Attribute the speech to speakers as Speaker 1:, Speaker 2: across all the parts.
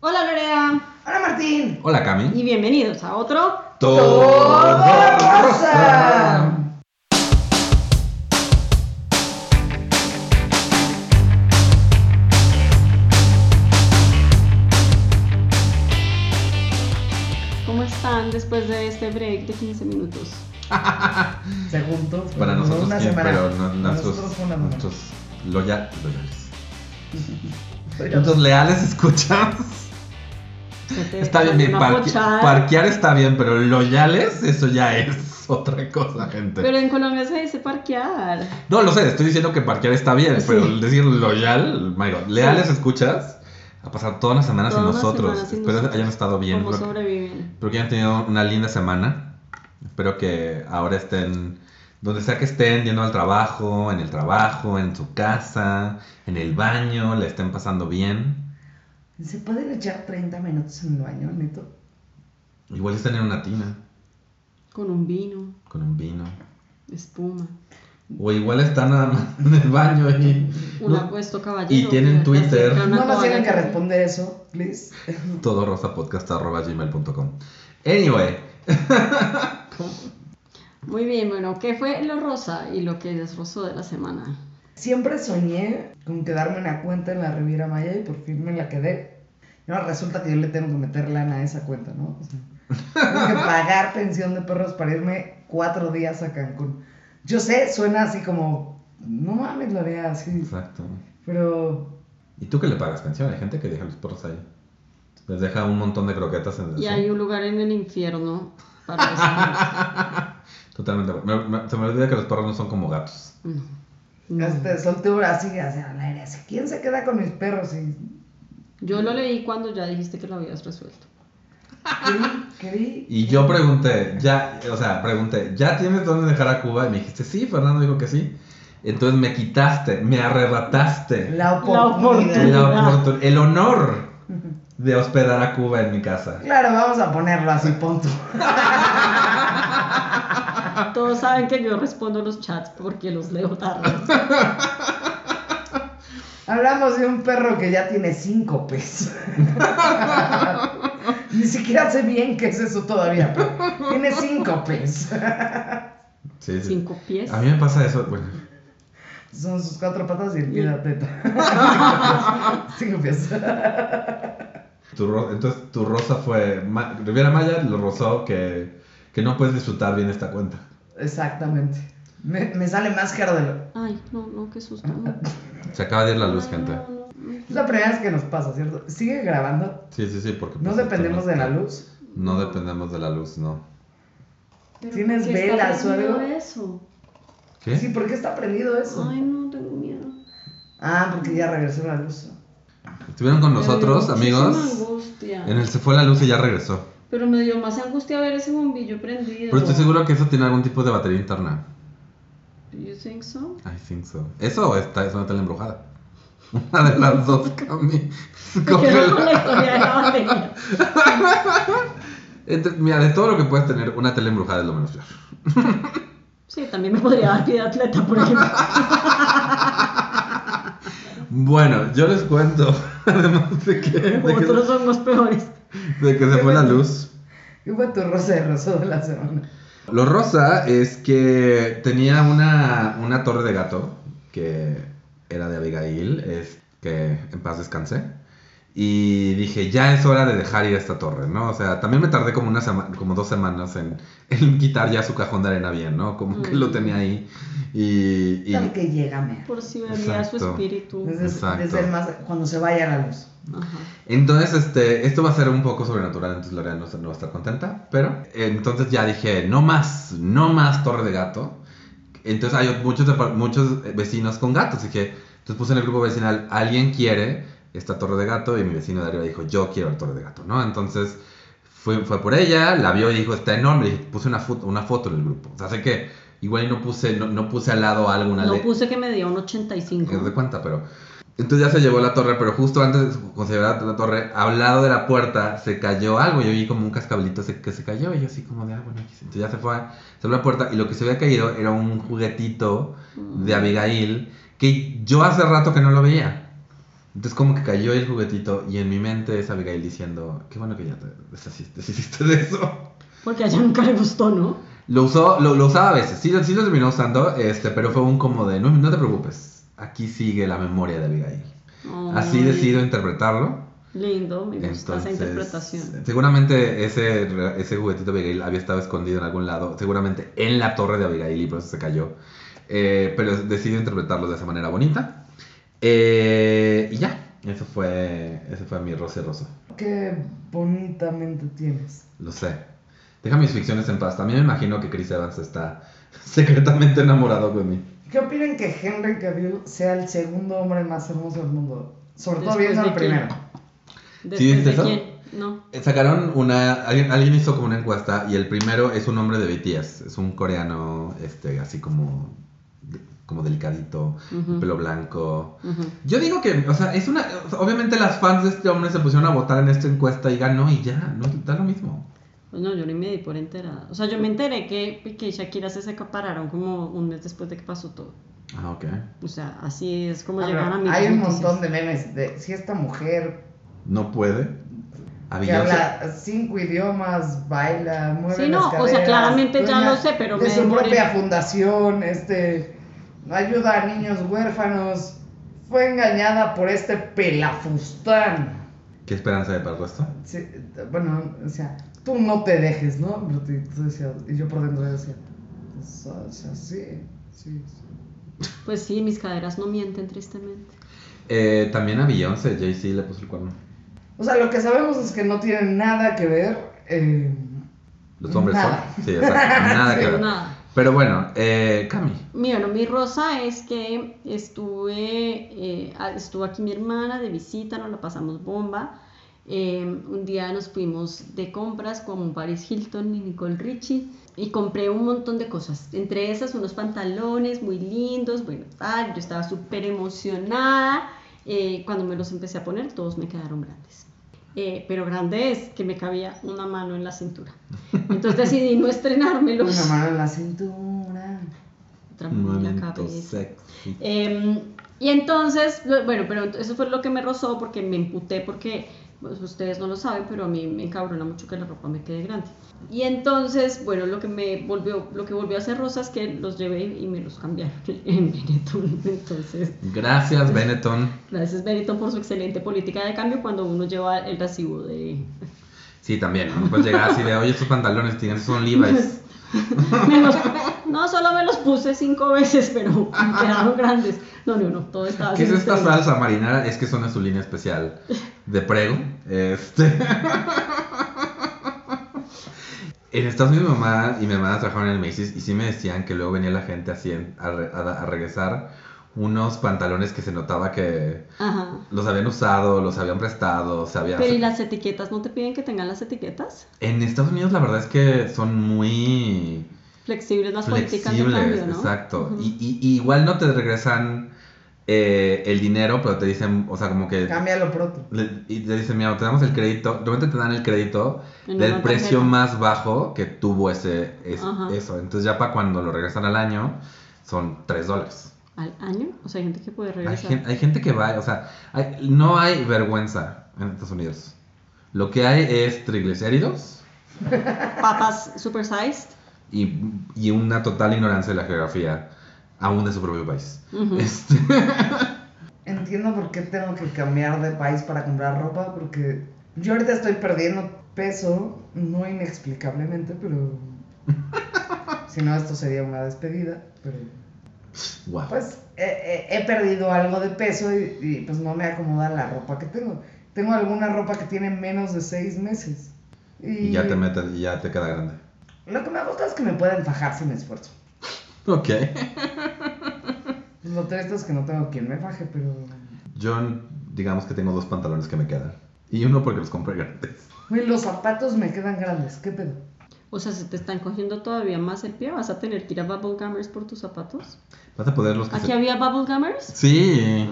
Speaker 1: Hola Lorea
Speaker 2: Hola Martín.
Speaker 3: Hola Cami.
Speaker 1: y bienvenidos a otro.
Speaker 2: Todo
Speaker 3: rosa.
Speaker 2: rosa.
Speaker 1: ¿Cómo están después de este break de 15 minutos?
Speaker 2: Se juntó. fue
Speaker 3: Para nosotros
Speaker 2: una
Speaker 3: quién,
Speaker 2: semana.
Speaker 3: pero no-
Speaker 2: Para
Speaker 3: nuestros,
Speaker 2: nosotros fue una semana.
Speaker 3: nuestros loya- loyales.
Speaker 2: Pero-
Speaker 3: Nuestros leales escuchas.
Speaker 1: Se te-
Speaker 3: Está bien, bien,
Speaker 1: una
Speaker 3: parque-
Speaker 1: pochada.
Speaker 3: parquear está bien, pero loyales, eso ya es otra cosa, gente.
Speaker 1: Pero en Colombia se dice parquear.
Speaker 3: No, lo sé, estoy diciendo que parquear está bien,
Speaker 1: Sí.
Speaker 3: pero decir loyal, my God. Leales escuchas a pasar todas las semanas
Speaker 1: Todas
Speaker 3: sin
Speaker 1: las
Speaker 3: nosotros.
Speaker 1: semanas sin
Speaker 3: Espero
Speaker 1: nosotros.
Speaker 3: hayan estado bien.
Speaker 1: ¿Cómo
Speaker 3: Espero que-
Speaker 1: sobreviven?
Speaker 3: Espero que hayan tenido una linda semana. Espero que ahora estén donde sea que estén, yendo al trabajo, en el trabajo, en su casa, en el baño, le estén pasando bien.
Speaker 2: ¿Se pueden echar 30 minutos en el baño, neto?
Speaker 3: Igual estén en una tina
Speaker 1: Con un vino,
Speaker 3: con un vino.
Speaker 1: espuma,
Speaker 3: O igual están nada más en el baño y,
Speaker 1: un
Speaker 3: no,
Speaker 1: apuesto caballero.
Speaker 3: Y tienen
Speaker 1: que les
Speaker 3: Twitter.
Speaker 1: acerca una
Speaker 2: No nos
Speaker 1: toalla
Speaker 2: tienen que
Speaker 1: con-
Speaker 2: responder eso, please.
Speaker 3: todo rosapodcast.gmail.com. Anyway,
Speaker 1: Muy bien, bueno, ¿qué fue lo rosa y lo que desrosó de la semana?
Speaker 2: Siempre soñé con quedarme una cuenta en la Riviera Maya y por fin me la quedé. Y ahora resulta que yo le tengo que meter lana a esa cuenta, ¿no? O sea, tengo que pagar pensión de perros para irme cuatro días a Cancún. Yo sé, suena así como, no mames, lo haría así.
Speaker 3: exacto.
Speaker 2: Pero
Speaker 3: ¿Y tú qué le pagas pensión? Hay gente que deja los perros ahí. Les deja un montón de croquetas en el
Speaker 1: Y hay un lugar en el infierno para los perros.
Speaker 3: Totalmente. Me- me- se me olvida que los perros no son como gatos.
Speaker 1: No.
Speaker 3: Mm.
Speaker 1: No.
Speaker 2: este, soltura así, así al aire, así. ¿Quién se queda con mis perros? Y
Speaker 1: Yo lo leí cuando ya dijiste que lo habías resuelto.
Speaker 2: creí, creí.
Speaker 3: Y yo pregunté, ya, o sea, pregunté, ¿ya tienes dónde dejar a Cuba? Y me dijiste, sí, Fernando dijo que sí. Entonces me quitaste, me arrebataste
Speaker 2: La oportunidad.
Speaker 3: la oportun- el honor de hospedar a Cuba en mi casa.
Speaker 2: Claro, vamos a ponerlo así, punto.
Speaker 1: Todos saben que yo respondo los chats porque los leo tarde.
Speaker 2: Hablamos de un perro que ya tiene cinco pesos. Ni siquiera sé bien qué es eso todavía, pero tiene cinco pesos.
Speaker 3: Sí, sí.
Speaker 1: Cinco pies.
Speaker 3: A mí me pasa eso, bueno,
Speaker 2: Son sus cuatro patas y el pie de atleta. Cinco pesos.
Speaker 3: tu ro- entonces tu rosa fue, Ma- Riviera Maya lo rozó que, que no puedes disfrutar bien esta cuenta.
Speaker 2: Exactamente. Me, me sale más caro de lo.
Speaker 1: Ay, no, no, qué susto. no.
Speaker 3: Se acaba de ir la luz,
Speaker 2: Ah.
Speaker 1: Ay,
Speaker 3: gente.
Speaker 1: no, no.
Speaker 2: Es la primera vez que nos pasa, ¿cierto? Sigue grabando.
Speaker 3: Sí, sí, sí, porque...
Speaker 2: No
Speaker 3: pues,
Speaker 2: dependemos
Speaker 3: esto
Speaker 2: de la luz.
Speaker 3: No dependemos de la luz, no.
Speaker 1: Pero
Speaker 2: ¿Tienes
Speaker 1: ¿por qué está
Speaker 2: velas o
Speaker 1: prendido
Speaker 2: algo?
Speaker 1: eso?
Speaker 3: ¿Qué?
Speaker 2: Sí, ¿por qué está prendido eso?
Speaker 1: Ay, no, tengo miedo.
Speaker 2: Ah, porque ya regresó la luz.
Speaker 3: Estuvieron con
Speaker 1: Me dio
Speaker 3: nosotros,
Speaker 1: muchísima
Speaker 3: amigos.
Speaker 1: angustia.
Speaker 3: En el se fue la luz y ya regresó.
Speaker 1: Pero me dio más angustia ver ese bombillo prendido.
Speaker 3: Pero estoy seguro que eso tiene algún tipo de batería interna.
Speaker 1: Do you think so?
Speaker 3: I think so. Eso o esta es una tele embrujada. Una de las dos, Cami.
Speaker 1: Me quedo
Speaker 3: Cógela.
Speaker 1: con la historia de la batería.
Speaker 3: Entre- mira, de todo lo que puedes tener, una tele embrujada es lo menos peor.
Speaker 1: Sí, también me podría dar pie de atleta, por ejemplo.
Speaker 3: Bueno, yo les cuento, además de que, de
Speaker 1: Otros
Speaker 3: que,
Speaker 1: son los peores.
Speaker 3: de que se fue la luz.
Speaker 2: ¿Qué fue tu rosa de rosa de la semana?
Speaker 3: Lo rosa es que tenía una, una torre de gato que era de Abigail, es que en paz descansé. Y dije, ya es hora de dejar ir a esta torre, ¿no? O sea, también me tardé como, una sema- como dos semanas en, en quitar ya su cajón de arena bien, ¿no? Como que lo tenía ahí. Y, y-
Speaker 2: Tal que llega, mea.
Speaker 1: Por si venía su
Speaker 3: Exacto.
Speaker 1: espíritu.
Speaker 2: Desde,
Speaker 3: Exacto.
Speaker 2: desde el más, cuando se vaya la luz.
Speaker 1: Ajá.
Speaker 3: Entonces, este, esto va a ser un poco sobrenatural, entonces Lorea no, no va a estar contenta, pero entonces ya dije, no más, no más torre de gato. Entonces hay muchos, depa- muchos vecinos con gatos, así que entonces puse en el grupo vecinal, alguien quiere esta torre de gato y mi vecino de arriba dijo, yo quiero la torre de gato, ¿no? Entonces fue, fue por ella, la vio y dijo, está enorme, y puse una, foto- una foto en el grupo. O sea, sé que igual y no puse, no, no puse al lado algo, una
Speaker 1: No
Speaker 3: le-
Speaker 1: puse que me dio un
Speaker 3: que se dé
Speaker 1: 85.
Speaker 3: cuenta, pero. Entonces ya se llevó la torre, pero justo antes de considerar la torre, al lado de la puerta se cayó algo. Yo vi como un cascabelito se- que se cayó y yo así como de, ah, bueno, X". entonces ya se fue, se abrió la puerta y lo que se había caído era un juguetito de Abigail que yo hace rato que no lo veía. Entonces como que cayó ahí el juguetito y en mi mente es Abigail diciendo, qué bueno que ya te deshaciste, deshiciste de eso.
Speaker 1: Porque a ella nunca le gustó, ¿no?
Speaker 3: Lo, usó, lo, lo usaba a veces, sí, lo- sí lo terminó usando, este, pero fue un como de, no, no te preocupes, aquí sigue la memoria de Abigail. Así
Speaker 1: Ay,
Speaker 3: decido interpretarlo.
Speaker 1: Lindo, me gusta esa interpretación.
Speaker 3: eh, Seguramente ese, re- ese juguetito de Abigail había estado escondido en algún lado, seguramente en la torre de Abigail y por eso se cayó. Eh, pero decidió interpretarlo de esa manera bonita. Eh, y ya, eso fue, eso fue mi roce roso.
Speaker 2: Qué bonitamente tienes.
Speaker 3: Lo sé. Deja mis ficciones en paz. También me imagino que Chris Evans está secretamente enamorado de mí.
Speaker 2: ¿Qué opinan que Henry Cavill sea el segundo hombre más hermoso del mundo? Sobre todo
Speaker 1: Después
Speaker 2: viendo
Speaker 1: de
Speaker 2: al
Speaker 1: quién.
Speaker 2: primero.
Speaker 3: ¿Sí
Speaker 1: ¿Después
Speaker 3: viste
Speaker 1: de
Speaker 3: eso?
Speaker 1: quién? No.
Speaker 3: Eh, Sacaron una. Alguien, alguien hizo como una encuesta y el primero es un hombre de BTS. Es un coreano, este, así como. como delicadito,
Speaker 1: Ujú.
Speaker 3: pelo blanco.
Speaker 1: Ujú.
Speaker 3: Yo digo que, o sea, es una. o sea, obviamente las fans de este hombre se pusieron a votar en esta encuesta y ganó y ya, no da lo mismo.
Speaker 1: Pues no, yo ni me di por enterada. O sea, yo me enteré que, que Shakira se separaron como un mes después de que pasó todo.
Speaker 3: Ah, ok.
Speaker 1: O sea, así es como
Speaker 2: Ah,
Speaker 1: llegaron a
Speaker 2: pero
Speaker 1: mí.
Speaker 2: Hay
Speaker 1: las
Speaker 2: un
Speaker 1: noticias.
Speaker 2: montón de memes de si esta mujer
Speaker 3: No puede. A
Speaker 2: que
Speaker 3: Beyoncé-
Speaker 2: habla cinco idiomas, baila, mueve
Speaker 1: Sí, no,
Speaker 2: las
Speaker 1: o sea,
Speaker 2: caderas,
Speaker 1: claramente ya
Speaker 2: dueña
Speaker 1: lo sé, pero
Speaker 2: de
Speaker 1: me
Speaker 2: su
Speaker 1: demoré.
Speaker 2: propia fundación, este ayuda a niños huérfanos. Fue engañada por este pelafustán.
Speaker 3: ¿Qué esperanza hay para el resto?
Speaker 2: Sí, bueno, o sea, tú no te dejes, ¿no? Pero te- tú decías- y yo por dentro decía, pues, o sea, sí, sí, sí.
Speaker 1: Pues sí, mis caderas no mienten tristemente.
Speaker 3: Eh, también a Beyoncé, Jay-Z le puso el cuerno.
Speaker 2: O sea, lo que sabemos es que no tiene nada que ver. eh,
Speaker 3: Los hombres
Speaker 2: Nada.
Speaker 3: son. Sí, exacto. Nada que
Speaker 1: Pero
Speaker 3: ver.
Speaker 1: nada.
Speaker 3: Pero bueno, eh, Cami.
Speaker 1: Mira, no, mi rosa es que estuve, eh, a- estuvo aquí mi hermana de visita, nos la pasamos bomba. Eh, un día nos fuimos de compras con Paris Hilton y Nicole Richie y compré un montón de cosas. Entre esas, unos pantalones muy lindos, bueno, tal. Yo estaba súper emocionada. Eh, cuando me los empecé a poner, todos me quedaron grandes. Eh, pero grande es que me cabía una mano en la cintura. Entonces decidí no estrenármelos.
Speaker 2: Una mano en la cintura.
Speaker 1: Otra mano en la
Speaker 3: Momento
Speaker 1: cabeza.
Speaker 3: sexy.
Speaker 1: Eh, y entonces, lo- bueno, pero eso fue lo que me rozó porque me emputé porque pues, ustedes no lo saben, pero a mí me encabrona mucho que la ropa me quede grande. Y entonces, bueno, lo que me volvió, lo que volvió a hacer rosa es que los llevé y me los cambiaron en Benetton. Entonces,
Speaker 3: Gracias, Benetton.
Speaker 1: gracias Benetton por su excelente política de cambio cuando uno lleva el recibo de
Speaker 3: Sí, también. No puedes llegar así de, oye, estos pantalones tienen, son Levi's.
Speaker 1: Me los- no, solo me los puse cinco veces, pero me quedaron grandes. No, no, no, todo estaba
Speaker 3: ¿Qué es
Speaker 1: sin
Speaker 3: esta
Speaker 1: estrella.
Speaker 3: salsa marinara? Es que son de su línea especial de prego. Este. En Estados Unidos mi mamá y mi hermana trabajaban en el Macy's y sí me decían que luego venía la gente así en- a, re- a- a regresar unos pantalones que se notaba que
Speaker 1: Ajá.
Speaker 3: los habían usado, los habían prestado, se había...
Speaker 1: Pero ¿y las etiquetas? ¿No te piden que tengan las etiquetas?
Speaker 3: En Estados Unidos la verdad es que son muy...
Speaker 1: Flexibles las políticas de
Speaker 3: flexibles,
Speaker 1: cambio, ¿no?
Speaker 3: exacto.
Speaker 1: Ujú.
Speaker 3: y, y- y igual no te regresan eh, el dinero, pero te dicen, o sea, como que...
Speaker 2: Cámbialo pronto.
Speaker 3: le- y te dicen, mira, te damos el crédito, normalmente te dan el crédito
Speaker 1: En
Speaker 3: del
Speaker 1: una
Speaker 3: precio
Speaker 1: tarjeta.
Speaker 3: más bajo que tuvo ese, es-
Speaker 1: Ajá.
Speaker 3: eso. Entonces ya para cuando lo regresan al año, son 3 dólares.
Speaker 1: ¿Al año? O sea, hay gente que puede
Speaker 3: Hay,
Speaker 1: regresar.
Speaker 3: gen- hay gente que va, o sea, hay- no hay vergüenza en Estados Unidos. Lo que hay es triglicéridos
Speaker 1: Papas super sized.
Speaker 3: y, y una total ignorancia de la geografía, aún de su propio país.
Speaker 1: Ujú.
Speaker 3: Este,
Speaker 2: Entiendo por qué tengo que cambiar de país para comprar ropa, porque yo ahorita estoy perdiendo peso, no inexplicablemente, pero. si no, esto sería una despedida. Pero.
Speaker 3: guau.
Speaker 2: Pues eh, eh, he perdido algo de peso y, y, pues no me acomoda la ropa que tengo. Tengo alguna ropa que tiene menos de seis meses. Y,
Speaker 3: Y ya
Speaker 1: Mm.
Speaker 3: te metes y ya te queda grande.
Speaker 2: Lo que me gusta es que me pueden fajar sin esfuerzo.
Speaker 3: Ok.
Speaker 2: Lo triste es que no tengo quien me faje, pero.
Speaker 3: Yo, digamos que tengo dos pantalones que me quedan. Y uno porque los compré grandes.
Speaker 2: Güey, los zapatos me quedan grandes, ¿qué pedo?
Speaker 1: O sea, se te están cogiendo todavía más el pie. ¿Vas a tener que ir a Bubble Gummers por tus zapatos?
Speaker 3: Vas a poder los que
Speaker 1: ¿Aquí
Speaker 3: se-
Speaker 1: había Bubble Gummers?
Speaker 3: Sí.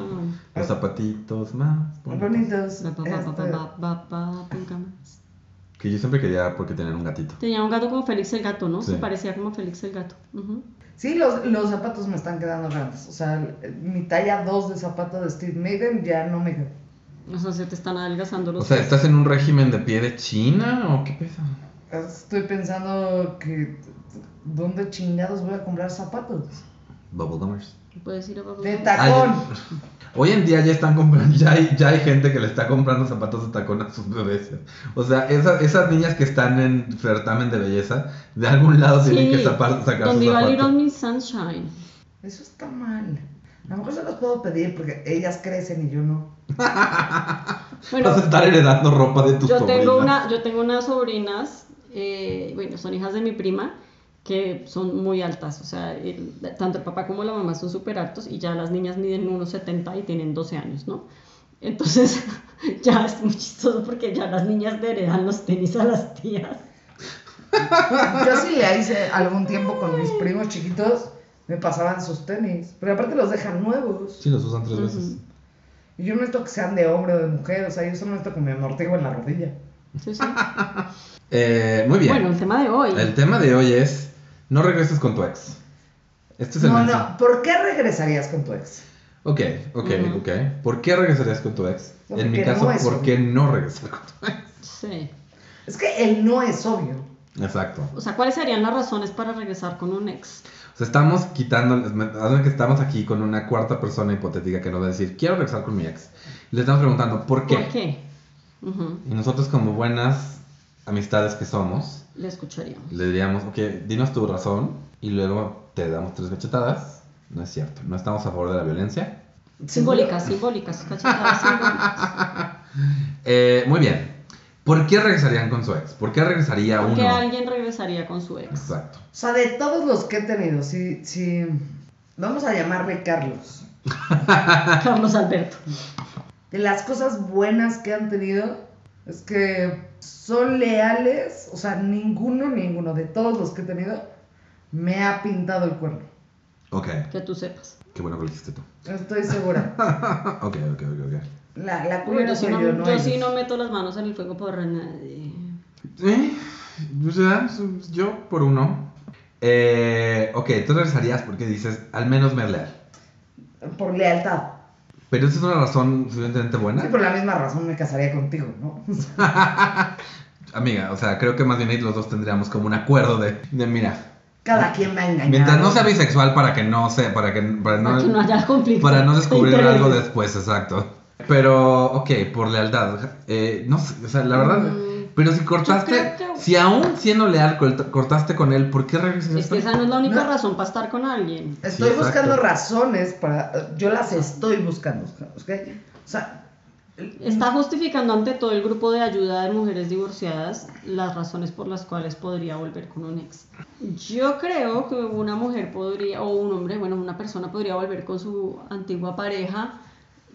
Speaker 1: Ah.
Speaker 3: Los zapatitos más
Speaker 2: Bonitos.
Speaker 3: bonitos.
Speaker 1: Ba, ba, ba, ba,
Speaker 2: este,
Speaker 1: ba, ba, ba, Bubble Gummers.
Speaker 3: Que yo siempre quería porque tenían un gatito.
Speaker 1: Tenía un gato como Félix el gato, ¿no?
Speaker 3: Sí.
Speaker 1: Se parecía como Félix el gato. Ujú.
Speaker 2: Sí, los, los zapatos me están quedando grandes. O sea, mi talla 2 de zapato de Steve Madden ya no me queda.
Speaker 1: O sea, se te están adelgazando
Speaker 3: O
Speaker 1: los
Speaker 3: sea, ¿estás en un régimen de pie de China o qué pesa?
Speaker 2: Estoy pensando que. ¿Dónde chingados voy a comprar zapatos?
Speaker 3: Bubble gummers.
Speaker 1: Puedes ir a Bubble
Speaker 2: De
Speaker 1: Gum?
Speaker 2: tacón.
Speaker 3: Ay, Hoy en día ya están comprando, ya hay, ya hay gente que le está comprando zapatos de tacón a sus bebés. O sea, esa- esas niñas que están en certamen de belleza, de algún lado tienen
Speaker 1: Sí,
Speaker 3: que zapar- sacar sus
Speaker 1: Donde iba Little
Speaker 3: zapatos.
Speaker 1: Miss Sunshine.
Speaker 2: Eso está mal. A lo mejor se los puedo pedir porque ellas crecen y yo no.
Speaker 1: Bueno,
Speaker 3: Vas a estar heredando ropa de tus
Speaker 1: yo tengo,
Speaker 3: sobrinas.
Speaker 1: una, yo tengo unas sobrinas, eh, bueno, son hijas de mi prima, que son muy altas, o sea, el- tanto el papá como la mamá son súper altos y ya las niñas miden unos 70 y tienen 12 años, ¿no? Entonces, ya es muy chistoso porque ya las niñas le heredan los tenis a las tías.
Speaker 2: Yo sí le hice algún tiempo con mis primos chiquitos, me pasaban sus tenis. Pero aparte los dejan nuevos.
Speaker 3: Sí, los usan tres veces.
Speaker 1: Ujú.
Speaker 2: Y yo no necesito que sean de hombre o de mujer, o sea, yo solo necesito que me amortiguen en la rodilla.
Speaker 1: Sí, sí.
Speaker 3: Eh, muy Ah, bien.
Speaker 1: Bueno, el tema de hoy.
Speaker 3: El tema de hoy es no regreses con tu ex. Este es el
Speaker 2: No,
Speaker 3: mensaje.
Speaker 2: no, ¿por qué regresarías con tu ex?
Speaker 3: Ok, ok,
Speaker 1: Ujú.
Speaker 3: ok. ¿Por qué regresarías con tu ex?
Speaker 2: Porque
Speaker 3: en mi
Speaker 2: no
Speaker 3: caso,
Speaker 2: es
Speaker 3: ¿por
Speaker 2: obvio.
Speaker 3: qué no regresar con tu
Speaker 1: Sí.
Speaker 2: Es que él no es obvio.
Speaker 3: ex? Exacto.
Speaker 1: O sea, ¿cuáles serían las razones para regresar con un ex?
Speaker 3: O sea, estamos quitando, hazme que estamos aquí con una cuarta persona hipotética que nos va a decir, quiero regresar con mi ex. Y le estamos preguntando, ¿por qué?
Speaker 1: ¿Por qué? Ujú,
Speaker 3: Y nosotros como buenas amistades que somos,
Speaker 1: Le escucharíamos.
Speaker 3: le diríamos, ok, dinos tu razón y luego te damos tres cachetadas. No es cierto, no estamos a favor de la violencia.
Speaker 1: Simbólicas, simbólicas, cachetadas simbólicas.
Speaker 3: Eh, muy bien. ¿Por qué regresarían con su ex? ¿Por qué regresaría
Speaker 1: ¿Por qué
Speaker 3: uno?
Speaker 1: alguien regresaría con su ex?
Speaker 3: Exacto.
Speaker 2: O sea, de todos los que he tenido, si, si vamos a llamarle Carlos,
Speaker 1: Carlos Alberto.
Speaker 2: de las cosas buenas que han tenido, es que son leales, o sea, ninguno, ninguno de todos los que he tenido me ha pintado el cuerno.
Speaker 3: Ok,
Speaker 1: Que tú sepas.
Speaker 3: qué bueno que lo hiciste tú.
Speaker 2: Estoy segura.
Speaker 3: Ah, ok, ok, ok, ok.
Speaker 2: La, la
Speaker 1: Uy,
Speaker 2: culera
Speaker 1: yo sí,
Speaker 2: soy
Speaker 1: no,
Speaker 2: yo, no
Speaker 1: yo
Speaker 2: ellos.
Speaker 1: sí no meto las manos en el fuego por nadie.
Speaker 3: Eh, o sea, su- yo por uno. Eh, ok, tú regresarías porque dices, al menos me es leal.
Speaker 2: Por lealtad.
Speaker 3: Pero esa es una razón suficientemente
Speaker 2: Sí,
Speaker 3: buena.
Speaker 2: por la misma razón me casaría contigo, ¿no?
Speaker 3: Amiga, o sea, creo que más bien ahí los dos tendríamos como un acuerdo de, de mira,
Speaker 2: Cada quien va a engañar.
Speaker 3: Ah. mientras no sea bisexual para que no se, para que, para
Speaker 1: para que no
Speaker 3: no,
Speaker 1: haya conflicto.
Speaker 3: para no
Speaker 1: de
Speaker 3: descubrir
Speaker 1: intereses.
Speaker 3: algo después, exacto. Pero, ok, por lealtad. Eh, no sé, o sea, la verdad,
Speaker 1: Mm.
Speaker 3: pero si cortaste,
Speaker 1: Yo creo que-
Speaker 3: si aún siendo leal cort- cortaste con él, ¿por qué regresarías
Speaker 1: Es que
Speaker 3: con
Speaker 1: esa no es la única
Speaker 2: No.
Speaker 1: razón para estar con alguien.
Speaker 2: Estoy
Speaker 3: Sí, exacto.
Speaker 2: buscando razones para. Yo las estoy buscando, ¿ok? O sea,
Speaker 1: Está justificando ante todo el grupo de ayuda de mujeres divorciadas las razones por las cuales podría volver con un ex. Yo creo que una mujer podría, o un hombre, bueno, una persona podría volver con su antigua pareja,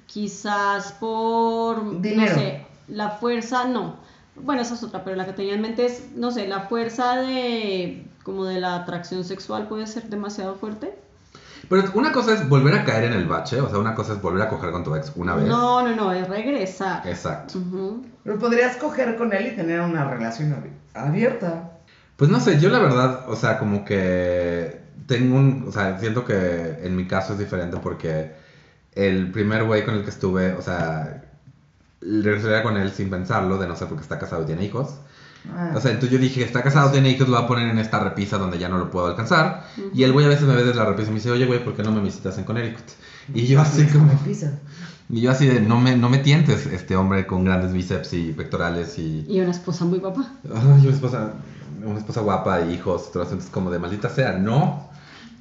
Speaker 1: quizás por,
Speaker 2: Dinero.
Speaker 1: no sé, la fuerza, no. Bueno, esa es otra, pero la que tenía en mente es, no sé, la fuerza de, como de la atracción sexual puede ser demasiado fuerte.
Speaker 3: Pero una cosa es volver a caer en el bache, o sea, una cosa es volver a coger con tu ex una vez.
Speaker 1: No, no, no, es regresar.
Speaker 3: Exacto.
Speaker 1: Ujú.
Speaker 2: pero podrías coger con él y tener una relación abi- abierta.
Speaker 3: Pues no sé, yo la verdad, o sea, como que tengo un, o sea, siento que en mi caso es diferente porque el primer güey con el que estuve, o sea, regresaría con él sin pensarlo, de no ser porque está casado y tiene hijos.
Speaker 2: Ah,
Speaker 3: O sea, entonces yo dije, está casado, tiene hijos, lo va a poner en esta repisa donde ya no lo puedo alcanzar.
Speaker 1: Ujú.
Speaker 3: Y el güey a veces me ve desde la repisa y me dice, oye, güey, ¿por qué no me visitas en Connecticut? Y yo así como...
Speaker 2: Pisa.
Speaker 3: Y yo así de, no me, no me tientes, este hombre con grandes bíceps y pectorales y...
Speaker 1: Y una esposa muy guapa.
Speaker 3: Ay, una esposa, una esposa guapa y hijos, todo eso, entonces como de maldita sea, no.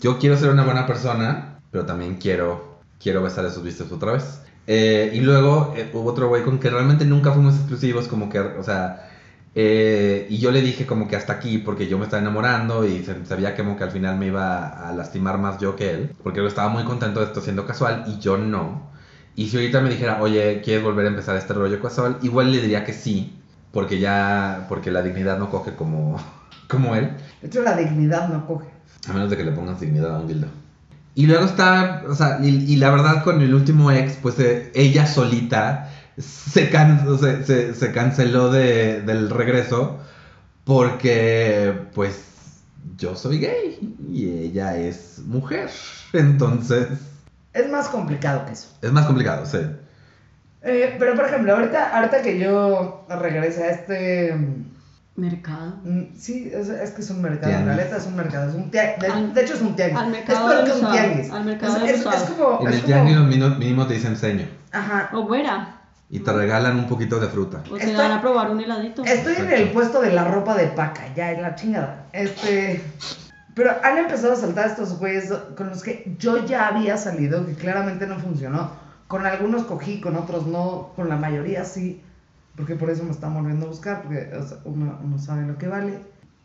Speaker 3: Yo quiero ser una buena persona, pero también quiero, quiero besar esos bíceps otra vez. Eh, y luego eh, hubo otro güey con que realmente nunca fuimos exclusivos, como que, o sea... eh, y yo le dije como que hasta aquí porque yo me estaba enamorando y se- sabía como que al final me iba a lastimar más yo que él porque él estaba muy contento de esto siendo casual y yo no y si ahorita me dijera, oye, ¿quieres volver a empezar este rollo casual? Igual le diría que sí, porque ya, porque la dignidad no coge como, como él,
Speaker 2: De hecho, la dignidad no coge.
Speaker 3: a menos de que le pongas dignidad a un dildo. Y luego está, o sea, y, y la verdad con el último ex, pues eh, ella solita se, can- o sea, se, se canceló de, del regreso porque, pues, yo soy gay y ella es mujer. Entonces,
Speaker 2: Es más complicado que eso.
Speaker 3: es más complicado, sí.
Speaker 2: Eh, pero, por ejemplo, ahorita, ahorita que yo regrese a este... mm,
Speaker 1: Mercado.
Speaker 2: Sí, es, es que es un mercado,
Speaker 3: Tianguis.
Speaker 2: la neta es un mercado, es un tianguis. De,
Speaker 1: Al-
Speaker 2: de hecho, es un tianguis.
Speaker 1: al mercado
Speaker 2: es peor
Speaker 1: de
Speaker 2: que
Speaker 1: los
Speaker 2: un
Speaker 1: sábados,
Speaker 2: tianguis.
Speaker 1: al mercado
Speaker 2: es,
Speaker 1: de
Speaker 2: es-
Speaker 1: los
Speaker 2: es
Speaker 1: sábados.
Speaker 2: como...
Speaker 3: En
Speaker 2: es
Speaker 3: el
Speaker 2: como-
Speaker 3: tianguis mínimo, mínimo te dicen ceño
Speaker 2: Ajá.
Speaker 1: O fuera.
Speaker 3: y te regalan un poquito de fruta.
Speaker 1: O te
Speaker 2: Estoy-
Speaker 1: dan a probar un heladito.
Speaker 2: Estoy en el puesto de la ropa de paca, ya en la chingada. Este. Pero han empezado a saltar estos güeyes con los que yo ya había salido, que claramente no funcionó. Con algunos cogí, con otros no, con la mayoría sí. Porque por eso me están volviendo a buscar, porque o sea, uno, uno sabe lo que vale.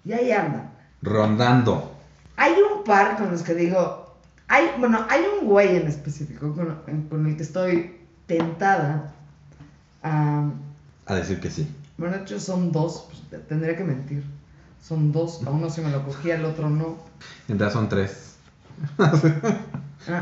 Speaker 2: Y ahí andan.
Speaker 3: Rondando.
Speaker 2: Hay un par con los que digo. Hay, bueno, hay un güey en específico con, con el que estoy tentada a
Speaker 3: A decir que sí.
Speaker 2: bueno, de hecho son dos, pues, te- tendría que mentir. Son dos, a uno se me lo cogí, al otro no.
Speaker 3: En realidad son tres.
Speaker 2: Ah,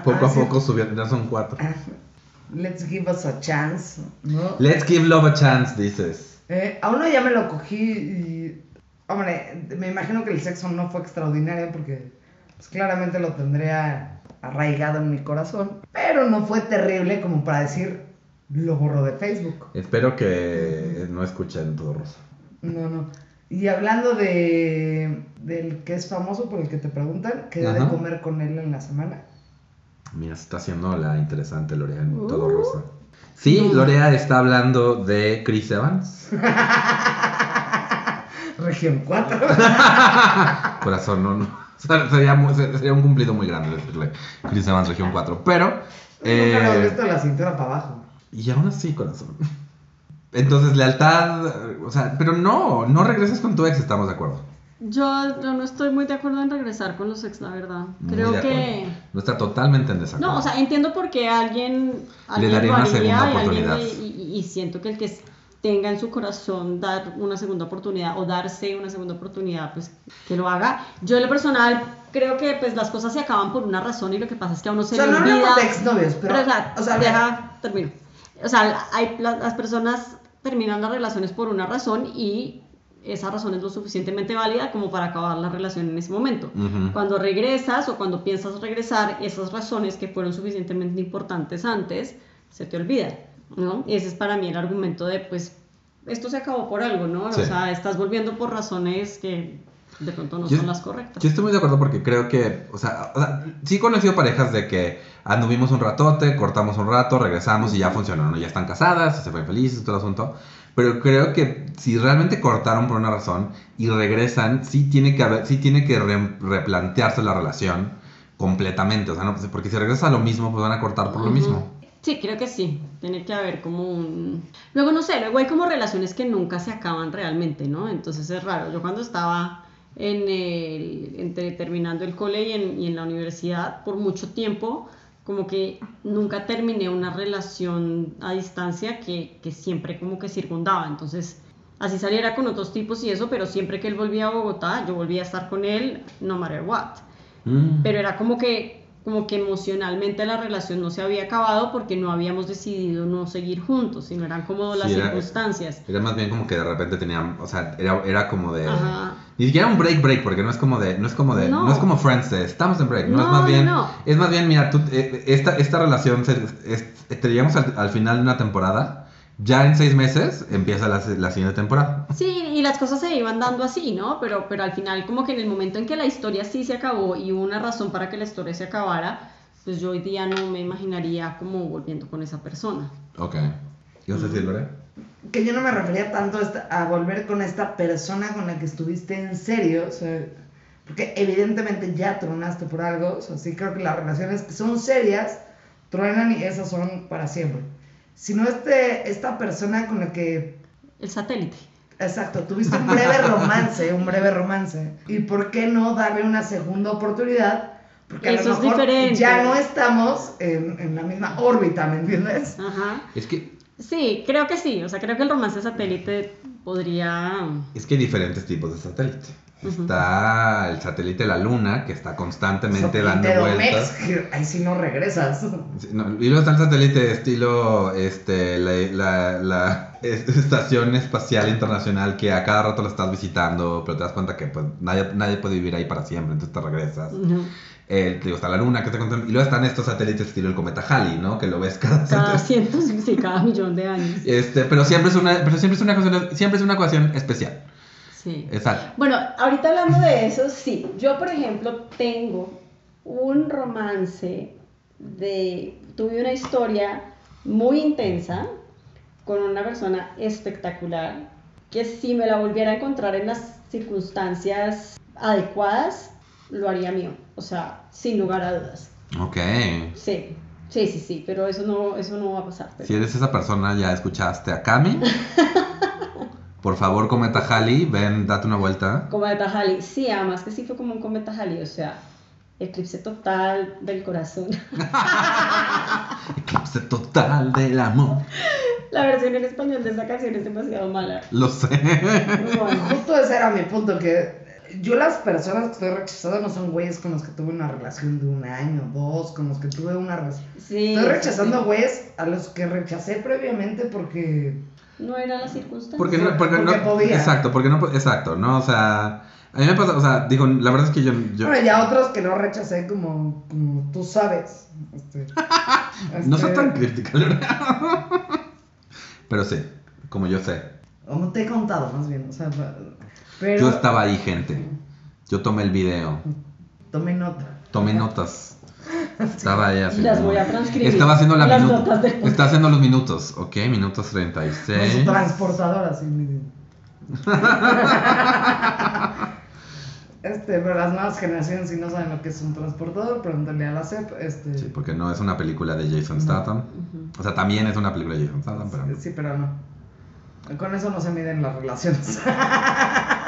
Speaker 3: Poco
Speaker 2: ah,
Speaker 3: a
Speaker 2: sí.
Speaker 3: poco subiendo, en realidad son cuatro.
Speaker 2: Ah, Let's give us a chance, ¿no?
Speaker 3: Let's give love a chance, dices.
Speaker 2: Eh, a uno ya me lo cogí y... Hombre, me imagino que el sexo no fue extraordinario porque pues, claramente lo tendría arraigado en mi corazón. Pero no fue terrible como para decir, lo borro de Facebook.
Speaker 3: Espero que no escuchen todo rosa.
Speaker 2: No, no. Y hablando de del que es famoso por el que te preguntan, que de
Speaker 3: Ajá.
Speaker 2: comer con él en la semana.
Speaker 3: Mira, se está haciendo la interesante Lorea en
Speaker 1: Uh.
Speaker 3: todo rosa. Sí, Lorea está hablando de Chris Evans.
Speaker 2: Región 4.
Speaker 3: Corazón, no, no. O sea, Sería, muy- se- sería un cumplido muy grande decirle Chris Evans Región 4. Pero.
Speaker 2: Nunca lo has
Speaker 3: eh,
Speaker 2: visto la cintura para abajo.
Speaker 3: y aún así, corazón. Entonces, lealtad. eh, O sea, pero no, no regreses con tu ex, estamos de acuerdo.
Speaker 1: Yo, yo no estoy muy de acuerdo en regresar con los ex, la verdad.
Speaker 3: Muy
Speaker 1: Creo
Speaker 3: de
Speaker 1: que.
Speaker 3: acuerdo. No está totalmente en desacuerdo.
Speaker 1: No, o sea, entiendo por qué alguien, alguien
Speaker 3: daría
Speaker 1: lo
Speaker 3: una
Speaker 1: haría
Speaker 3: segunda
Speaker 1: y alguien
Speaker 3: oportunidad.
Speaker 1: le- y, y- y siento que el que s- tenga en su corazón dar una segunda oportunidad o darse una segunda oportunidad, pues que lo haga. Yo en lo personal creo que pues las cosas se acaban por una razón y lo que pasa es que a uno
Speaker 2: O
Speaker 1: se
Speaker 2: sea,
Speaker 1: le
Speaker 2: no
Speaker 1: olvida.
Speaker 2: hablamos de exnovios, pues, pero.
Speaker 1: Pero, o sea,
Speaker 2: o sea,
Speaker 1: deja, termino. O sea, hay, la- las personas terminan las relaciones por una razón y esa razón es lo suficientemente válida como para acabar la relación en ese momento.
Speaker 3: Ujú.
Speaker 1: Cuando regresas o cuando piensas regresar, esas razones que fueron suficientemente importantes antes se te olvidan, ¿no? Ese es para mí el argumento de, pues, esto se acabó por algo, ¿no?
Speaker 3: Sí.
Speaker 1: O sea, estás volviendo por razones que de pronto no
Speaker 3: Yo-
Speaker 1: son las correctas.
Speaker 3: Yo estoy muy de acuerdo porque creo que, o sea, o sea, sí he conocido parejas de que anduvimos un ratote, cortamos un rato, regresamos y ya funcionó, ¿no? Ya están casadas, se fue felices, todo el asunto. Pero creo que si realmente cortaron por una razón y regresan, sí tiene que haber, sí tiene que re- replantearse la relación completamente. O sea, no, pues, porque si regresas a lo mismo, pues van a cortar por lo
Speaker 1: Ujú.
Speaker 3: mismo.
Speaker 1: Sí, creo que sí. Tiene que haber como un... Luego, no sé, luego hay como relaciones que nunca se acaban realmente, ¿no? Entonces es raro. Yo cuando estaba en el, entre terminando el cole y en, y en la universidad, por mucho tiempo, como que nunca terminé una relación a distancia que, que siempre como que circundaba. Entonces, así saliera con otros tipos y eso, pero siempre que él volvía a Bogotá, yo volvía a estar con él, no matter what
Speaker 3: Mm.
Speaker 1: pero era como que como que emocionalmente la relación no se había acabado porque no habíamos decidido no seguir juntos, sino eran como las
Speaker 3: Sí, era-
Speaker 1: circunstancias.
Speaker 3: Era más bien como que de repente tenían, o sea, era, era como de...
Speaker 1: Ajá.
Speaker 3: Ni siquiera un break break, porque no es como de, no es como de, no,
Speaker 1: No.
Speaker 3: es como Friends, de, estamos en break, no,
Speaker 1: No,
Speaker 3: es más
Speaker 1: no,
Speaker 3: bien,
Speaker 1: no.
Speaker 3: es más bien, mira, tú, eh, esta, esta relación, se- es- te llegamos al, al final de una temporada, ya en seis meses empieza la, la siguiente temporada.
Speaker 1: Sí, y las cosas se iban dando así, ¿no? Pero, pero al final como que en el momento en que la historia sí se acabó y hubo una razón para que la historia se acabara, pues yo hoy día no me imaginaría como volviendo con esa persona.
Speaker 3: Ok. ¿Y vas a decir, Lore?
Speaker 2: que yo no me refería tanto a, esta- a volver con esta persona con la que estuviste en serio, o sea, porque evidentemente ya tronaste por algo, o sea, sí creo que las relaciones que son serias truenan y esas son para siempre. Sino este, esta persona con la que
Speaker 1: El satélite.
Speaker 2: Exacto, tuviste un breve romance, un breve romance. ¿Y por qué no darle una segunda oportunidad? Porque a
Speaker 1: Eso
Speaker 2: lo
Speaker 1: es
Speaker 2: mejor
Speaker 1: diferente.
Speaker 2: ya no estamos en, en la misma órbita, ¿me entiendes?
Speaker 1: Ajá.
Speaker 3: Es que,
Speaker 1: Sí, creo que sí. O sea, creo que el romance satélite podría...
Speaker 3: es que hay diferentes tipos de satélite.
Speaker 1: Ujú.
Speaker 3: Está el satélite de la luna, que está constantemente dando
Speaker 2: Interdomex,
Speaker 3: vueltas.
Speaker 2: que ahí sí no regresas.
Speaker 3: Sí, no, y luego está el satélite de estilo, este, la, la, la, es- estación espacial internacional que a cada rato la estás visitando, pero te das cuenta que pues nadie, nadie puede vivir ahí para siempre, entonces te regresas.
Speaker 1: No.
Speaker 3: El, te digo, está la luna, que te contan- y luego están estos satélites estilo el cometa Halley, ¿no? Que lo ves cada
Speaker 1: Cada
Speaker 3: cierto-
Speaker 1: cientos, Ah, sí, cada millón de años.
Speaker 3: Este, pero siempre es una, pero siempre es una ocasión- siempre es una ocasión especial.
Speaker 1: Sí.
Speaker 3: Exacto.
Speaker 1: Bueno, ahorita hablando de eso, sí. Yo, por ejemplo, tengo un romance de... Tuve una historia muy intensa con una persona espectacular que si me la volviera a encontrar en las circunstancias adecuadas, lo haría mío. O sea, sin lugar a dudas.
Speaker 3: Ok.
Speaker 1: Sí, sí, sí, sí, pero eso no, eso no va a pasar. pero-
Speaker 3: Si eres esa persona, ya escuchaste a Cami. Por favor, cometa Halley, ven, date una vuelta.
Speaker 1: Cometa Halley, sí, además que sí fue como un cometa Halley, o sea, eclipse total del corazón.
Speaker 3: Eclipse total del amor.
Speaker 1: La versión en español de esa canción es demasiado mala.
Speaker 3: Lo sé.
Speaker 1: Bueno,
Speaker 2: Justo ese era mi punto, que yo las personas que estoy rechazando no son güeyes con los que tuve una relación de un año, dos, con los que tuve una relación.
Speaker 1: sí,
Speaker 2: Estoy
Speaker 1: sí,
Speaker 2: rechazando güeyes a los que rechacé previamente porque...
Speaker 1: sí. No era la circunstancia.
Speaker 3: Porque no, porque,
Speaker 2: Porque
Speaker 3: no-
Speaker 2: podía.
Speaker 3: Exacto, porque no, exacto, ¿no? O sea, a mí me pasa, o sea, digo, la verdad es que yo, yo-
Speaker 2: Bueno, ya otros que no rechacé como, como tú sabes. Este,
Speaker 3: no soy
Speaker 2: este,
Speaker 3: tan crítica, la verdad. Pero sí, como yo sé,
Speaker 2: Como te he contado, más bien. O sea, pa- pero...
Speaker 3: yo estaba ahí, gente. Yo tomé el video,
Speaker 2: Tomé nota.
Speaker 3: tomé notas. Estaba ahí así.
Speaker 1: Las
Speaker 3: como-
Speaker 1: voy a transcribir.
Speaker 3: Estaba haciendo la
Speaker 1: Las
Speaker 3: minuto-
Speaker 1: notas de-
Speaker 3: Está haciendo los minutos, ok, minutos
Speaker 2: Pues,
Speaker 3: 36.
Speaker 2: Transportadora, sí. mi- Este, pero las nuevas generaciones, si no saben lo que es un transportador, pregúntale a la CEP. Este,
Speaker 3: Sí, porque no es una película de Jason Statham.
Speaker 1: Ujú.
Speaker 3: O sea, también es una película de Jason Statham, pero no.
Speaker 2: Sí, pero no. Con eso no se miden las relaciones.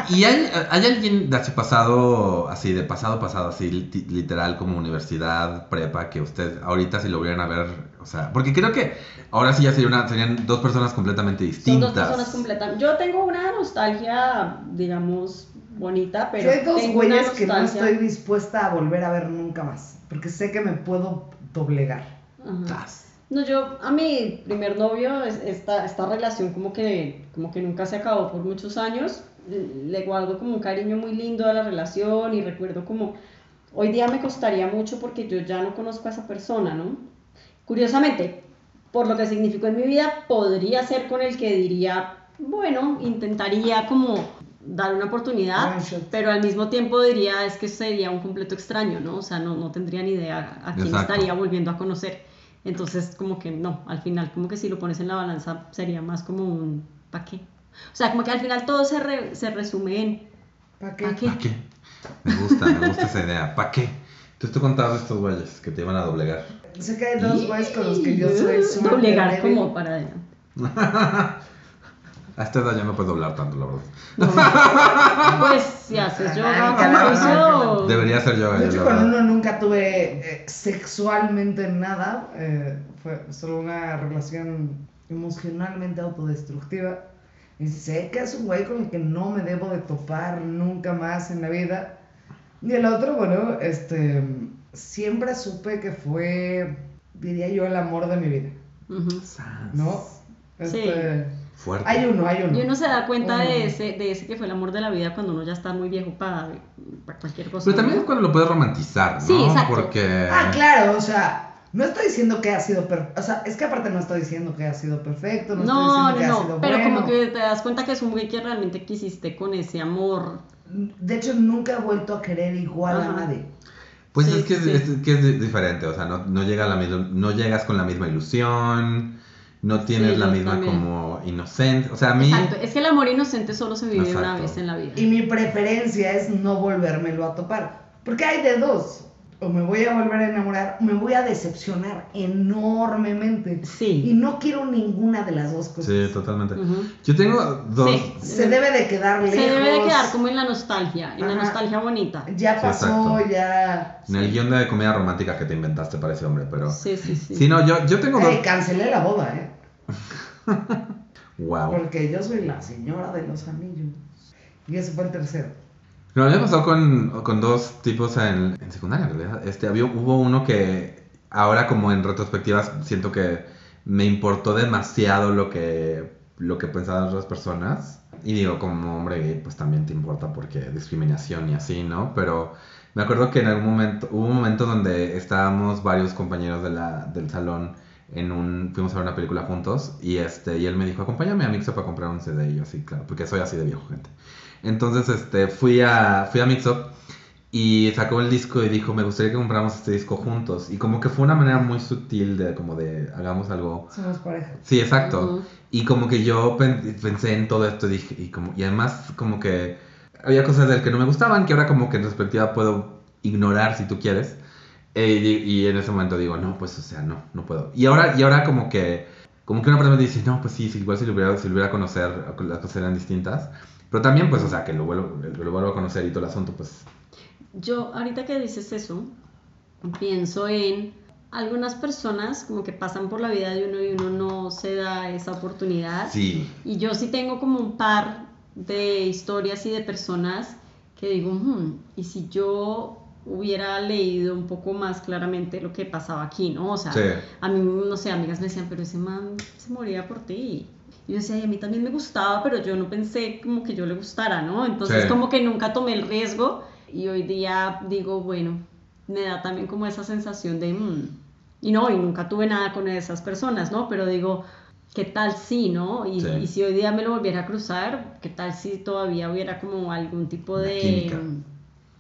Speaker 3: ¿Y hay, hay alguien de su pasado, así, de pasado, pasado, así, li- literal, como universidad, prepa, que usted ahorita si lo volvieran a ver, o sea, porque creo que ahora sí ya sería una, serían dos personas completamente
Speaker 1: Son
Speaker 3: distintas.
Speaker 1: dos personas completas. Yo tengo una nostalgia, digamos, bonita, pero
Speaker 2: Yo hay dos
Speaker 1: tengo una
Speaker 2: güeyes que no
Speaker 1: nostalgia-
Speaker 2: estoy dispuesta a volver a ver nunca más. Porque sé que me puedo doblegar.
Speaker 1: Ajá.
Speaker 3: Tas.
Speaker 1: No, yo, a mi primer novio, es- esta, esta relación como que, como que nunca se acabó por muchos años, le guardo como un cariño muy lindo a la relación y recuerdo como, hoy día me costaría mucho porque yo ya no conozco a esa persona, ¿no? Curiosamente, por lo que significó en mi vida, podría ser con el que diría, bueno, intentaría como dar una oportunidad,
Speaker 2: One shot.
Speaker 1: pero al mismo tiempo diría, es que sería un completo extraño, ¿no? O sea, no, no tendría ni idea a quién
Speaker 3: Exacto.
Speaker 1: estaría volviendo a conocer. Entonces, como que no, al final, como que si lo pones en la balanza, sería más como un ¿pa' qué? O sea, como que al final todo se, re- se resume en
Speaker 2: ¿Para qué?
Speaker 1: ¿pa' qué?
Speaker 3: ¿Para Ah, qué? Me gusta, me gusta esa idea. ¿Para qué? Entonces tú contabas de estos güeyes que te iban a doblegar.
Speaker 2: Sé que hay dos güeyes con los que yo soy
Speaker 1: Uh,
Speaker 2: sumamente
Speaker 1: Doblegar
Speaker 2: débil.
Speaker 1: como para adelante.
Speaker 3: A esta edad ya no puedes doblar tanto, la verdad.
Speaker 1: Pues si haces yoga,
Speaker 2: Ay,
Speaker 1: como
Speaker 2: caramba.
Speaker 1: hizo-
Speaker 3: Debería ser yo,
Speaker 2: De
Speaker 3: la
Speaker 2: hecho, con
Speaker 3: verdad.
Speaker 2: uno nunca tuve eh, sexualmente nada. eh, fue solo una relación emocionalmente autodestructiva. Y sé que es un güey con el que no me debo de topar nunca más en la vida. Y el otro, bueno, este, siempre supe que fue, diría yo, el amor de mi vida,
Speaker 1: Ujú.
Speaker 2: ¿no?
Speaker 1: Sí.
Speaker 2: Este,
Speaker 3: Fuerte.
Speaker 2: Hay uno, hay uno.
Speaker 1: Y uno se da cuenta de
Speaker 2: Ujú.
Speaker 1: ese, de ese que fue el amor de la vida cuando uno ya está muy viejo para, para cualquier cosa.
Speaker 3: Pero también
Speaker 1: ¿no?
Speaker 3: es cuando lo puedes romantizar, ¿no?
Speaker 1: Sí, exacto.
Speaker 3: Porque...
Speaker 2: Ah,
Speaker 1: Eh,
Speaker 2: claro, o sea, no estoy diciendo que ha sido perfecto. O sea, es que aparte no estoy diciendo que ha sido perfecto, no,
Speaker 1: No,
Speaker 2: estoy
Speaker 1: no,
Speaker 2: diciendo que ha
Speaker 1: no,
Speaker 2: sido
Speaker 1: pero
Speaker 2: bueno.
Speaker 1: como que te das cuenta que es un güey que realmente quisiste con ese amor.
Speaker 2: De hecho, nunca he vuelto a querer igual
Speaker 1: Ajá.
Speaker 2: a nadie.
Speaker 3: Pues
Speaker 1: Sí,
Speaker 3: es, que es,
Speaker 1: sí.
Speaker 3: es que es di- diferente, o sea, no, no, llega la misma- no llegas con la misma ilusión, no tienes
Speaker 1: Sí,
Speaker 3: la
Speaker 1: yo
Speaker 3: misma
Speaker 1: también.
Speaker 3: como inocente, o sea, a mí...
Speaker 1: Exacto, es que el amor inocente solo se vive una
Speaker 3: Exacto.
Speaker 1: vez en la vida.
Speaker 2: Y mi preferencia es no volvérmelo a topar. Porque hay de dos. O me voy a volver a enamorar, o me voy a decepcionar enormemente. Y
Speaker 1: Sí.
Speaker 2: no quiero ninguna de las dos cosas.
Speaker 3: Sí, totalmente.
Speaker 1: Ujú.
Speaker 3: Yo tengo dos...
Speaker 1: Sí.
Speaker 2: Se debe de quedar
Speaker 1: Se
Speaker 2: lejos.
Speaker 1: debe de quedar como en la nostalgia, en la
Speaker 2: Ajá.
Speaker 1: nostalgia bonita.
Speaker 2: Ya
Speaker 3: Sí,
Speaker 2: pasó,
Speaker 3: exacto.
Speaker 2: ya.
Speaker 3: En el guión de comedia romántica que te inventaste para ese hombre, pero... Sí,
Speaker 1: Sí, sí, sí.
Speaker 3: no, yo, yo tengo
Speaker 2: Ay,
Speaker 3: dos...
Speaker 2: cancelé la boda, ¿eh?
Speaker 3: Wow.
Speaker 2: Porque yo soy la señora de los anillos. Y ese fue el tercero.
Speaker 3: No, a mí me pasó con, con dos tipos en, en secundaria, en realidad. Este, había, hubo uno que ahora como en retrospectivas siento que me importó demasiado lo que, lo que pensaban otras personas. Y digo, como hombre gay, pues también te importa porque discriminación y así, ¿no? Pero me acuerdo que en algún momento, hubo un momento donde estábamos varios compañeros de la, del salón en un, fuimos a ver una película juntos y este, y él me dijo, acompáñame a Mixup a comprar un CD y yo así, claro, porque soy así de viejo, gente. Entonces, este, fui a, fui a Mixup y sacó el disco y dijo, me gustaría que compráramos este disco juntos. Y como que fue una manera muy sutil de, como de, hagamos algo.
Speaker 2: Somos pareja.
Speaker 3: Sí, exacto.
Speaker 1: Ujú.
Speaker 3: Y como que yo pen- pensé en todo esto y dije, y, como, y además como que había cosas del que no me gustaban, que ahora como que en perspectiva puedo ignorar si tú quieres. Eh, y, y en ese momento digo, no, pues o sea, no, no puedo. Y ahora, y ahora como que como que una persona dice, no, pues sí, sí, igual si lo hubiera, si lo hubiera conocer, las cosas eran distintas. Pero también, pues, o sea, que lo vuelvo, lo vuelvo a conocer y todo el asunto, pues,
Speaker 1: Yo, ahorita que dices eso, pienso en algunas personas como que pasan por la vida de uno y uno no se da esa oportunidad.
Speaker 3: sí,
Speaker 1: Y yo sí tengo como un par de historias y de personas que digo, "Hmm, y si yo hubiera leído un poco más claramente lo que pasaba aquí, ¿no? O sea,
Speaker 3: sí,
Speaker 1: a mí, no sé, amigas me decían, pero ese man se moría por ti. Y yo decía, "Ay, a mí también me gustaba, pero yo no pensé como que yo le gustara, ¿no? Entonces
Speaker 3: Sí.
Speaker 1: como que nunca tomé el riesgo y hoy día digo, bueno, me da también como esa sensación de, "Mm". y no, y nunca tuve nada con esas personas, ¿no? Pero digo, ¿qué tal si, no? Y,
Speaker 3: Sí.
Speaker 1: y si hoy día me lo volviera a cruzar, ¿qué tal si todavía hubiera como algún tipo
Speaker 3: Una
Speaker 1: de
Speaker 3: química.
Speaker 1: mm,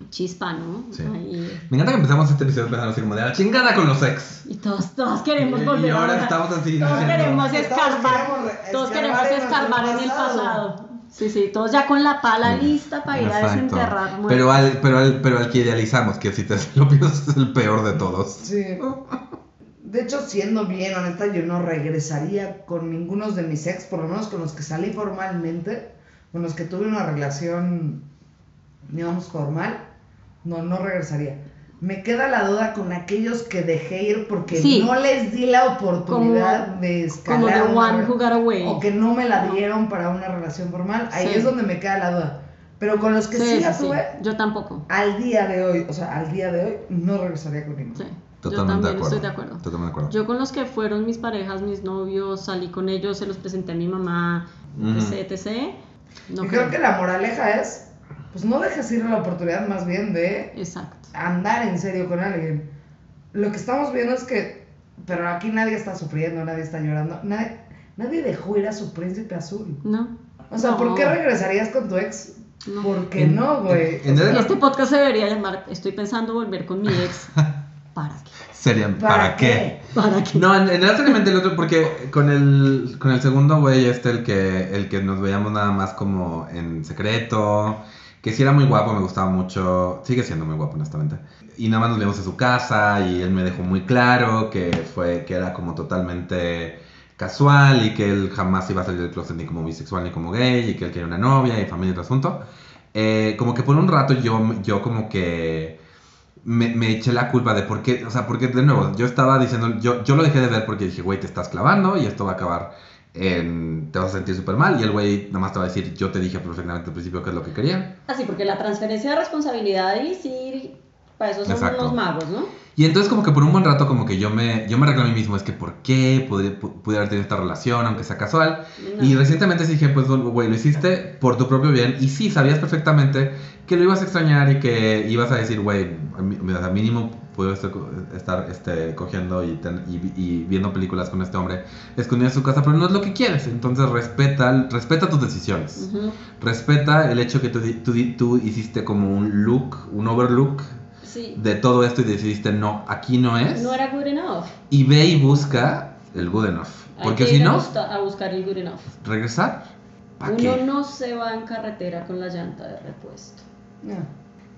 Speaker 1: chispa, ¿no?
Speaker 3: Sí.
Speaker 1: Ahí-
Speaker 3: Me encanta que empezamos este episodio pensando así como de la chingada con los ex.
Speaker 1: y todos, todos
Speaker 3: Y,
Speaker 1: queremos volver
Speaker 3: y ahora
Speaker 1: ahora.
Speaker 3: estamos así
Speaker 1: Todos
Speaker 3: diciendo,
Speaker 1: queremos
Speaker 2: Todos
Speaker 1: escarbar.
Speaker 2: queremos re-
Speaker 1: Todos queremos escarbar en el
Speaker 2: nuestro
Speaker 1: pasado. Sí, sí, todos ya con la pala lista para ir a
Speaker 3: Exacto.
Speaker 1: desenterrar muertos.
Speaker 3: Pero al, pero, al, pero al que idealizamos, que si te lo piensas es el peor de todos.
Speaker 2: Sí. De hecho, siendo bien honesta, yo no regresaría con ninguno de mis ex, por lo menos con los que salí formalmente, con los que tuve una relación, digamos, formal. No, no regresaría. Me queda la duda con aquellos que dejé ir porque
Speaker 1: Sí.
Speaker 2: no les di la oportunidad de
Speaker 1: Como
Speaker 2: escalar.
Speaker 1: the
Speaker 2: una
Speaker 1: one
Speaker 2: re-
Speaker 1: who got away.
Speaker 2: o que no me la dieron para una relación formal. Ahí
Speaker 1: Sí.
Speaker 2: es donde me queda la duda. Pero con los que sí,
Speaker 1: Sí,
Speaker 2: la
Speaker 1: sí, sí.
Speaker 2: tuve,
Speaker 1: Yo tampoco.
Speaker 2: al día de hoy, o sea, al día de hoy, no regresaría con ninguno.
Speaker 1: Sí. yo
Speaker 3: Totalmente
Speaker 1: también
Speaker 3: de acuerdo.
Speaker 1: estoy de acuerdo.
Speaker 3: Totalmente de acuerdo.
Speaker 1: Yo con los que fueron mis parejas, mis novios, salí con ellos, se los presenté a mi mamá,
Speaker 3: Ujú.
Speaker 1: etc, etc. No
Speaker 2: y creo que la moraleja es, pues no dejes ir la oportunidad más bien de
Speaker 1: Exacto.
Speaker 2: andar en serio con alguien. Lo que estamos viendo es que, pero aquí nadie está sufriendo, nadie está llorando, nadie, nadie dejó ir a su príncipe azul.
Speaker 1: No.
Speaker 2: O sea, ¿por
Speaker 1: No.
Speaker 2: qué regresarías con tu ex?
Speaker 1: No.
Speaker 2: Porque
Speaker 3: En-
Speaker 2: no, güey.
Speaker 3: en- en
Speaker 2: O sea,
Speaker 3: realidad-
Speaker 1: Este podcast se debería llamar Estoy pensando volver con mi ex. ¿Para qué?
Speaker 3: Serían, ¿para, qué?
Speaker 1: ¿Para qué?
Speaker 3: No, en, en realidad seriamente el otro, porque con el, con el segundo güey, este, el que, el que nos veíamos nada más como en secreto, que sí era muy guapo, me gustaba mucho, sigue siendo muy guapo, honestamente. Y nada más nos vimos en su casa y él me dejó muy claro que fue, que era como totalmente casual y que él jamás iba a salir del closet ni como bisexual ni como gay y que él quería una novia y familia y todo asunto. Eh, como que por un rato yo, yo como que me, me eché la culpa de por qué, o sea, porque de nuevo, yo estaba diciendo, yo, yo lo dejé de ver porque dije, güey, te estás clavando y esto va a acabar en, te vas a sentir súper mal y el güey nada más te va a decir, yo te dije perfectamente al principio qué es lo que quería.
Speaker 1: Así, porque la transferencia de responsabilidad ahí sí, para eso son
Speaker 3: Exacto.
Speaker 1: los magos, ¿no?
Speaker 3: Y entonces como que por un buen rato como que yo me, yo me reclamé a mí mismo, es que ¿por qué pude, pu- pude haber tenido esta relación, aunque sea casual?
Speaker 1: No.
Speaker 3: Y recientemente sí dije, pues güey, lo hiciste por tu propio bien y sí, sabías perfectamente que lo ibas a extrañar y que ibas a decir, güey, a mí- o sea, mínimo puedo estar, co- estar, este, cogiendo y, ten- y vi- y viendo películas con este hombre escondido en su casa, pero no es lo que quieres, entonces respeta, respeta tus decisiones
Speaker 1: Ujú.
Speaker 3: respeta el hecho que tú, di- tú di- tú hiciste como un look, un overlook
Speaker 1: Sí.
Speaker 3: de todo esto y decidiste no, aquí no es.
Speaker 1: No era good enough.
Speaker 3: Y ve y busca el good enough.
Speaker 1: Hay
Speaker 3: Porque
Speaker 1: que
Speaker 3: si
Speaker 1: ir a
Speaker 3: no,
Speaker 1: busca- A buscar el good enough.
Speaker 3: regresar. ¿Para
Speaker 1: Uno
Speaker 3: qué?
Speaker 1: no se va en carretera con la llanta de repuesto.
Speaker 2: No. Ah,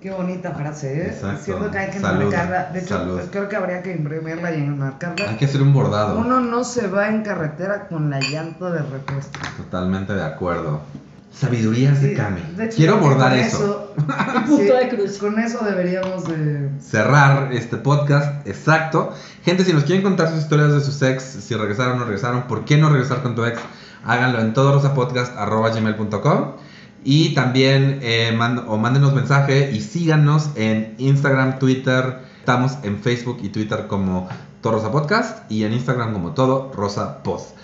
Speaker 2: Qué bonita frase, ¿eh?
Speaker 3: Exacto.
Speaker 2: Siento que hay que
Speaker 3: Salud.
Speaker 2: marcarla. De hecho,
Speaker 3: Salud.
Speaker 2: pues, creo que habría que imprimirla y
Speaker 3: Hay
Speaker 2: enmarcarla.
Speaker 3: que hacer un bordado.
Speaker 2: Uno no se va en carretera con la llanta de repuesto.
Speaker 3: Totalmente de acuerdo. Sabidurías de
Speaker 2: Sí,
Speaker 3: Kame.
Speaker 2: de hecho,
Speaker 3: Quiero
Speaker 2: creo que
Speaker 3: bordar
Speaker 2: con
Speaker 3: eso.
Speaker 1: Punto de cruz.
Speaker 2: Con eso deberíamos de...
Speaker 3: cerrar este podcast exacto. Gente, si nos quieren contar sus historias de sus ex, si regresaron o no regresaron, por qué no regresar con tu ex, háganlo en todorosapodcast.com y también eh, mand- o mándenos mensaje y síganos en Instagram, Twitter, estamos en Facebook y Twitter como Todo Rosa Podcast y en Instagram como Todo Rosa Post.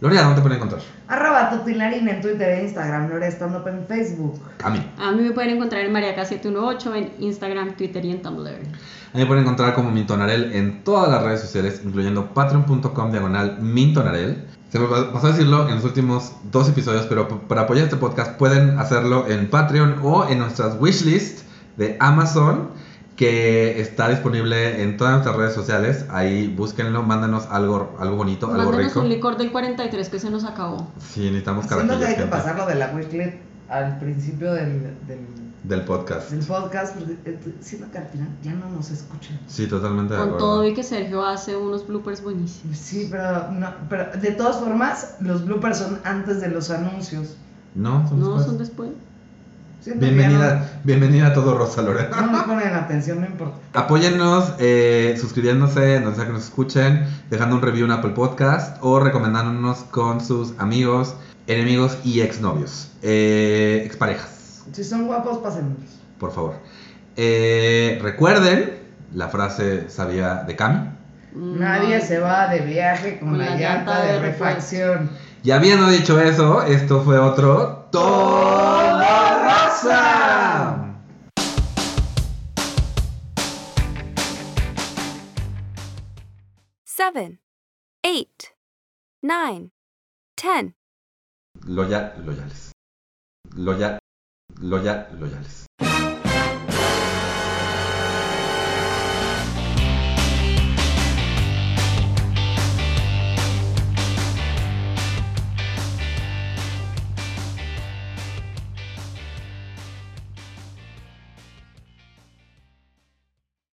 Speaker 3: Lorea, ¿dónde te pueden encontrar?
Speaker 2: Arroba Tutilarina en Twitter e Instagram, Lorea Stand Up en Facebook.
Speaker 3: A mí.
Speaker 1: A mí me pueden encontrar en Mariaca718 en Instagram, Twitter y en Tumblr.
Speaker 3: A mí me pueden encontrar como Mintonarel en todas las redes sociales, incluyendo patreon.com diagonal Mintonarel. Se me pasó a decirlo en los últimos dos episodios, pero p- para apoyar este podcast pueden hacerlo en Patreon o en nuestras wishlist de Amazon, que está disponible en todas nuestras redes sociales. Ahí búsquenlo, mándanos algo, algo bonito, algo
Speaker 1: Mándanos
Speaker 3: rico.
Speaker 1: un licor del 43 que se nos acabó.
Speaker 3: Sí, necesitamos
Speaker 2: Siento que
Speaker 3: carajillos
Speaker 2: hay que
Speaker 3: gente,
Speaker 2: pasar lo de la wishlist al principio del, del,
Speaker 3: del podcast.
Speaker 2: del podcast, porque eh, siento que al final ya no nos escuchan.
Speaker 3: Sí, totalmente de
Speaker 1: Con
Speaker 3: acuerdo.
Speaker 1: todo y que Sergio hace unos bloopers buenísimos.
Speaker 2: Sí, pero, no, pero de todas formas, los bloopers son antes de los anuncios.
Speaker 3: No, son
Speaker 1: ¿No
Speaker 3: después.
Speaker 1: son después?
Speaker 2: Siento que ya
Speaker 3: Bienvenida, bienvenida a todo Rosa Lorena.
Speaker 2: No, no nos ponen atención, no importa.
Speaker 3: Apóyennos eh, suscribiéndose en donde sea que nos escuchen, dejando un review en Apple Podcast o recomendándonos con sus amigos, enemigos y exnovios. Eh, exparejas,
Speaker 2: Si son guapos, pásenlos.
Speaker 3: por favor. Eh, recuerden la frase sabia de Cami.
Speaker 2: Nadie se va de viaje con, la, llanta, de
Speaker 1: repuesto.
Speaker 2: refacción.
Speaker 3: Y habiendo dicho eso, esto fue otro Todo Rosa.
Speaker 4: seven, eight, nine, ten.
Speaker 3: Loyal, loyales. Loyal, loyal, loyales.